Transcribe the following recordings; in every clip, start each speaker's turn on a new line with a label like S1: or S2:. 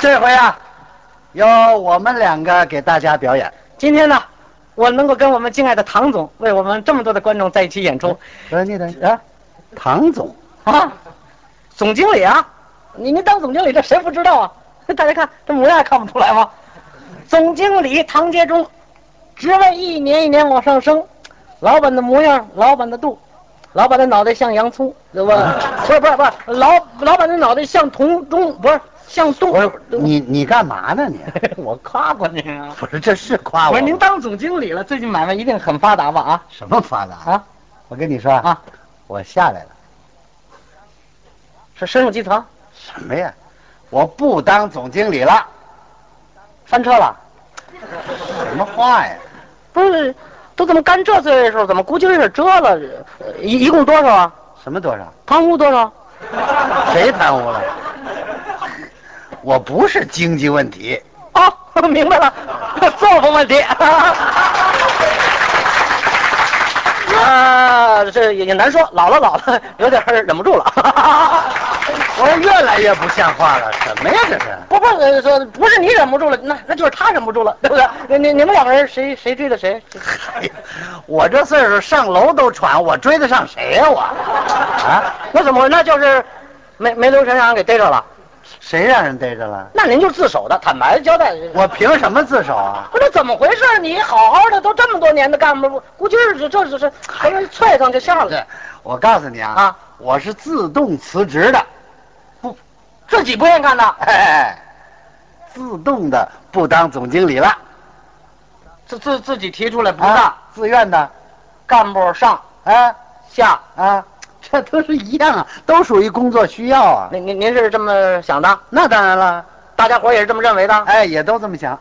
S1: 这回啊，由我们两个给大家表演。
S2: 今天呢，我能够跟我们敬爱的唐总为我们这么多的观众在一起演出
S1: 呃，你等啊，唐总，
S2: 啊，总经理啊，你您当总经理这谁不知道啊？ 大家看这模样还看不出来吗？总经理唐杰忠，职位一年一年往上升，老板的模样，老板的肚，老板的脑袋像洋葱，不 不是不是不是，老老板的脑袋像铜钟，不是像洞
S1: 不是你你干嘛呢你？
S2: 我夸过您啊！
S1: 不是这是
S2: 我
S1: 夸我
S2: 说
S1: 吗？
S2: 您当总经理了，最近买卖一定很发达吧？啊
S1: 什么发达
S2: 啊！
S1: 我跟你说
S2: 啊，
S1: 我下来了。
S2: 是深入基层，
S1: 什么呀？我不当总经理了，
S2: 翻车了。
S1: 什么话呀？
S2: 不是，都怎么干这岁数，怎么估计有点这了？呃一一共多少啊？
S1: 什么多少？
S2: 贪污多少？
S1: 谁贪污了？我不是经济问题，
S2: 哦，明白了，作风问题。啊，这也也难说，老了老了，有点儿忍不住了。
S1: 我说越来越不像话了。什么呀这是？
S2: 不不呃说不是你忍不住了，那那就是他忍不住了，对不对？你你你们两个人谁谁追的谁？
S1: 哎呀 我这岁数上楼都喘，我追得上谁呀、我？啊，
S2: 那怎么回事？那就是没没留神让人给逮着了。
S1: 谁让人逮着了？
S2: 那您就是自首的，坦白交代。
S1: 我凭什么自首啊？
S2: 不是怎么回事？你好好的都这么多年的干部，估计是这这这是还是踹上就下来，
S1: 我告诉你啊，
S2: 啊
S1: 我是自动辞职的，
S2: 自己不愿意干的，
S1: 哎，自动的不当总经理了，
S2: 自自自己提出来不
S1: 啊，
S2: 干，
S1: 自愿的，
S2: 干部上
S1: 啊
S2: 下，
S1: 啊，这都是一样啊，都属于工作需要啊。
S2: 您您您是这么想的？
S1: 那当然了，
S2: 大家伙儿也是这么认为的？
S1: 哎，也都这么想。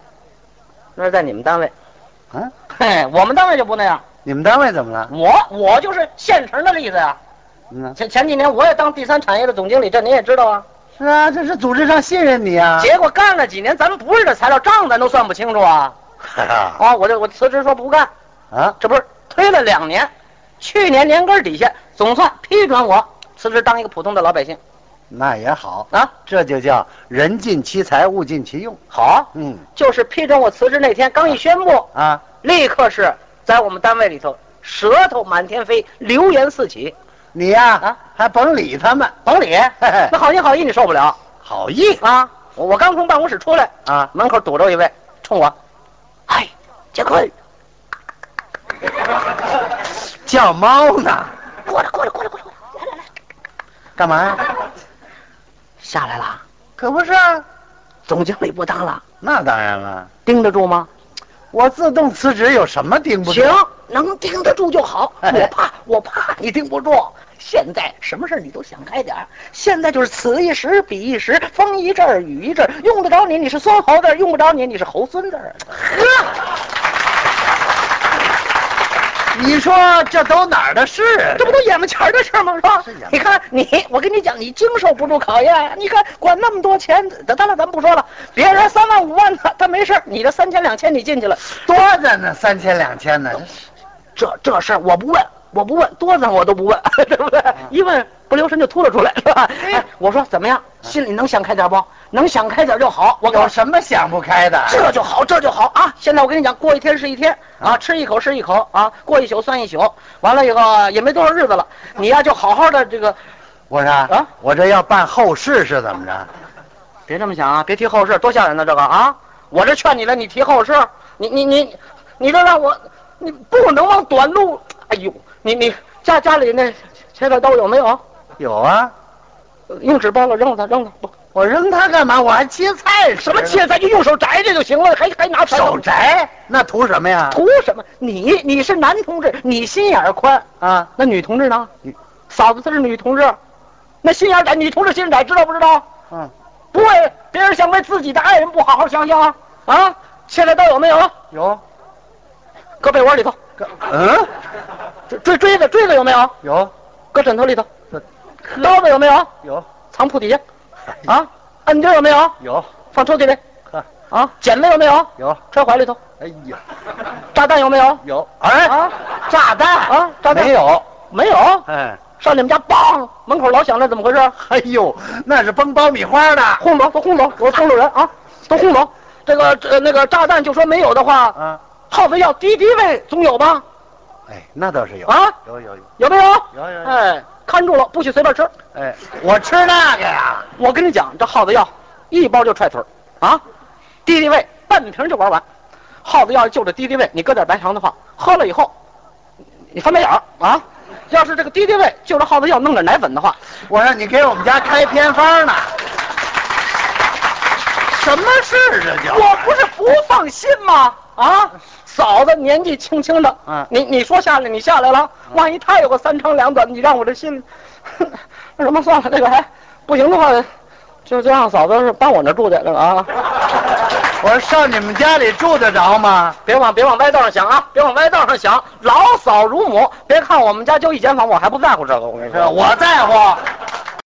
S2: 那是在你们单位，
S1: 嗯、
S2: 嘿，我们单位就不那样。
S1: 你们单位怎么了？
S2: 我我就是现成的例子呀、啊
S1: 嗯，
S2: 前前几年我也当第三产业的总经理，这您也知道啊。
S1: 是啊，这是组织上信任你啊。
S2: 结果干了几年，咱们不是这材料账，咱都算不清楚啊。啊，我就我辞职说不干，
S1: 啊，
S2: 这不是推了两年，去年年根儿底下总算批准我辞职当一个普通的老百姓
S1: 那也好，
S2: 啊。
S1: 这就叫人尽其才，物尽其用。
S2: 好，
S1: 嗯
S2: 就是批准我辞职那天刚一宣布，
S1: 啊，
S2: 立刻是在我们单位里头舌头满天飞，流言四起。
S1: 你呀、
S2: 啊
S1: 还甭理他们，
S2: 甭理
S1: 嘿嘿，
S2: 那好心好意你受不了
S1: 好意
S2: 啊！我我刚从办公室出来，
S1: 啊。
S2: 门口堵着一位，冲我，哎，杰坤，
S1: 叫猫呢？
S2: 过来过来过来过来过来，
S1: 干嘛呀？
S2: 下来了，
S1: 可不是啊。
S2: 总经理不当了，
S1: 那当然了，
S2: 盯得住吗？
S1: 我自动辞职有什么盯不住
S2: 行？，能盯得住就好。
S1: 哎
S2: 我 怕，我怕你盯不住。现在什么事儿你都想开点儿。现在就是此一时彼一时，风一阵儿雨一阵儿，用得着你你是孙猴这儿，用不着你你是猴孙
S1: 哎
S2: 这儿。
S1: 你说这都哪儿的事啊？
S2: 这不都眼巴前儿的事儿吗？是吧
S1: 是眼巴？
S2: 你看你，我跟你讲，你经受不住考验。啊你看管那么多钱，当然咱不说了，别人三万五万的他没事儿，你这三千两千你进去了，
S1: 多着呢，三千两千呢，这是
S2: 这这事儿我不问，我不问，多咱我都不问， 对不对？一问不留神就秃了出来，是吧？哎，我说怎么样？心里能想开点不？能想开点就好。我告
S1: 有
S2: 诉
S1: 什么想不开的？
S2: 你，这就好，这就好啊！现在我跟你讲，过一天是一天啊，吃一口是一口啊，过一宿算一宿。完了以后啊也没多少日子了，你呀就好好的这个，
S1: 我说啊
S2: 啊，
S1: 我这要办后事是怎么着？
S2: 别这么想啊，别提后事，多吓人呢这个啊！我这劝你了，你提后事，你你你，你这让我，你不能往短路。哎呦，你你家家里那切菜刀有没有？
S1: 有啊，
S2: 用纸包了，扔了它，扔了。不，
S1: 我扔它干嘛？我还切菜吃
S2: 什
S1: 呢
S2: 么切？咱就用手摘着就行了，还还拿柴
S1: 手摘？那图什么呀？
S2: 图什么？你你是男同志，你心眼儿宽，
S1: 啊，
S2: 那女同志呢
S1: 女？
S2: 嫂子她是女同志，那心眼儿窄，女同志心眼儿窄，知道不知道？
S1: 嗯，
S2: 不为别人想，为自己的爱人不好好想想啊！啊，切菜刀有没有？
S1: 有，
S2: 搁被窝里头，
S1: 个嗯，
S2: 追追锥子锥子有没有？
S1: 有
S2: 搁枕头里头
S1: 这，
S2: 刀子有没有？
S1: 有
S2: 藏铺底下，
S1: 嗯
S2: 啊，摁钉儿有没有？
S1: 有
S2: 放抽屉里
S1: 呵，
S2: 啊，剪子有没有？
S1: 有，
S2: 揣怀里头，
S1: 哎呀，
S2: 炸弹有没有？
S1: 有哎，
S2: 啊，
S1: 炸弹
S2: 啊炸弹
S1: 没有，
S2: 没有，
S1: 哎，
S2: 上你们家，梆，门口老响着，怎么回事？
S1: 哎呦，那是崩爆米花的。
S2: 轰走，都轰走，给我轰走人啊，都轰走。这个这、那个炸弹就说没有的话，
S1: 啊，
S2: 耗肥药敌敌畏总有吧？
S1: 哎，那倒是有
S2: 啊，
S1: 有有有
S2: 有没有？
S1: 有有有
S2: 哎，看住了，不许随便吃。
S1: 哎，我吃那个呀，
S2: 我跟你讲，这耗子药一包就踹腿儿啊，敌敌畏半瓶就玩完。耗子药就这敌敌畏，你搁点白糖的话，喝了以后，你翻白眼儿啊。要是这个敌敌畏就着耗子药弄点奶粉的话，
S1: 我让你给我们家开偏方呢。什么事儿啊这叫？
S2: 我不是不放心吗？啊，嫂子年纪轻轻的，
S1: 嗯
S2: 你你说下来，你下来了，万一她有个三长两短，你让我这心， 那什么算了，那个还不行的话，就就让嫂子是搬我那住去，那个啊，
S1: 我说上你们家里住得着吗？
S2: 别往别往歪道上想啊，别往歪道上想，老嫂如母，别看我们家就一间房，我还不在乎这个，我跟你
S1: 是吧
S2: 说，
S1: 我在乎，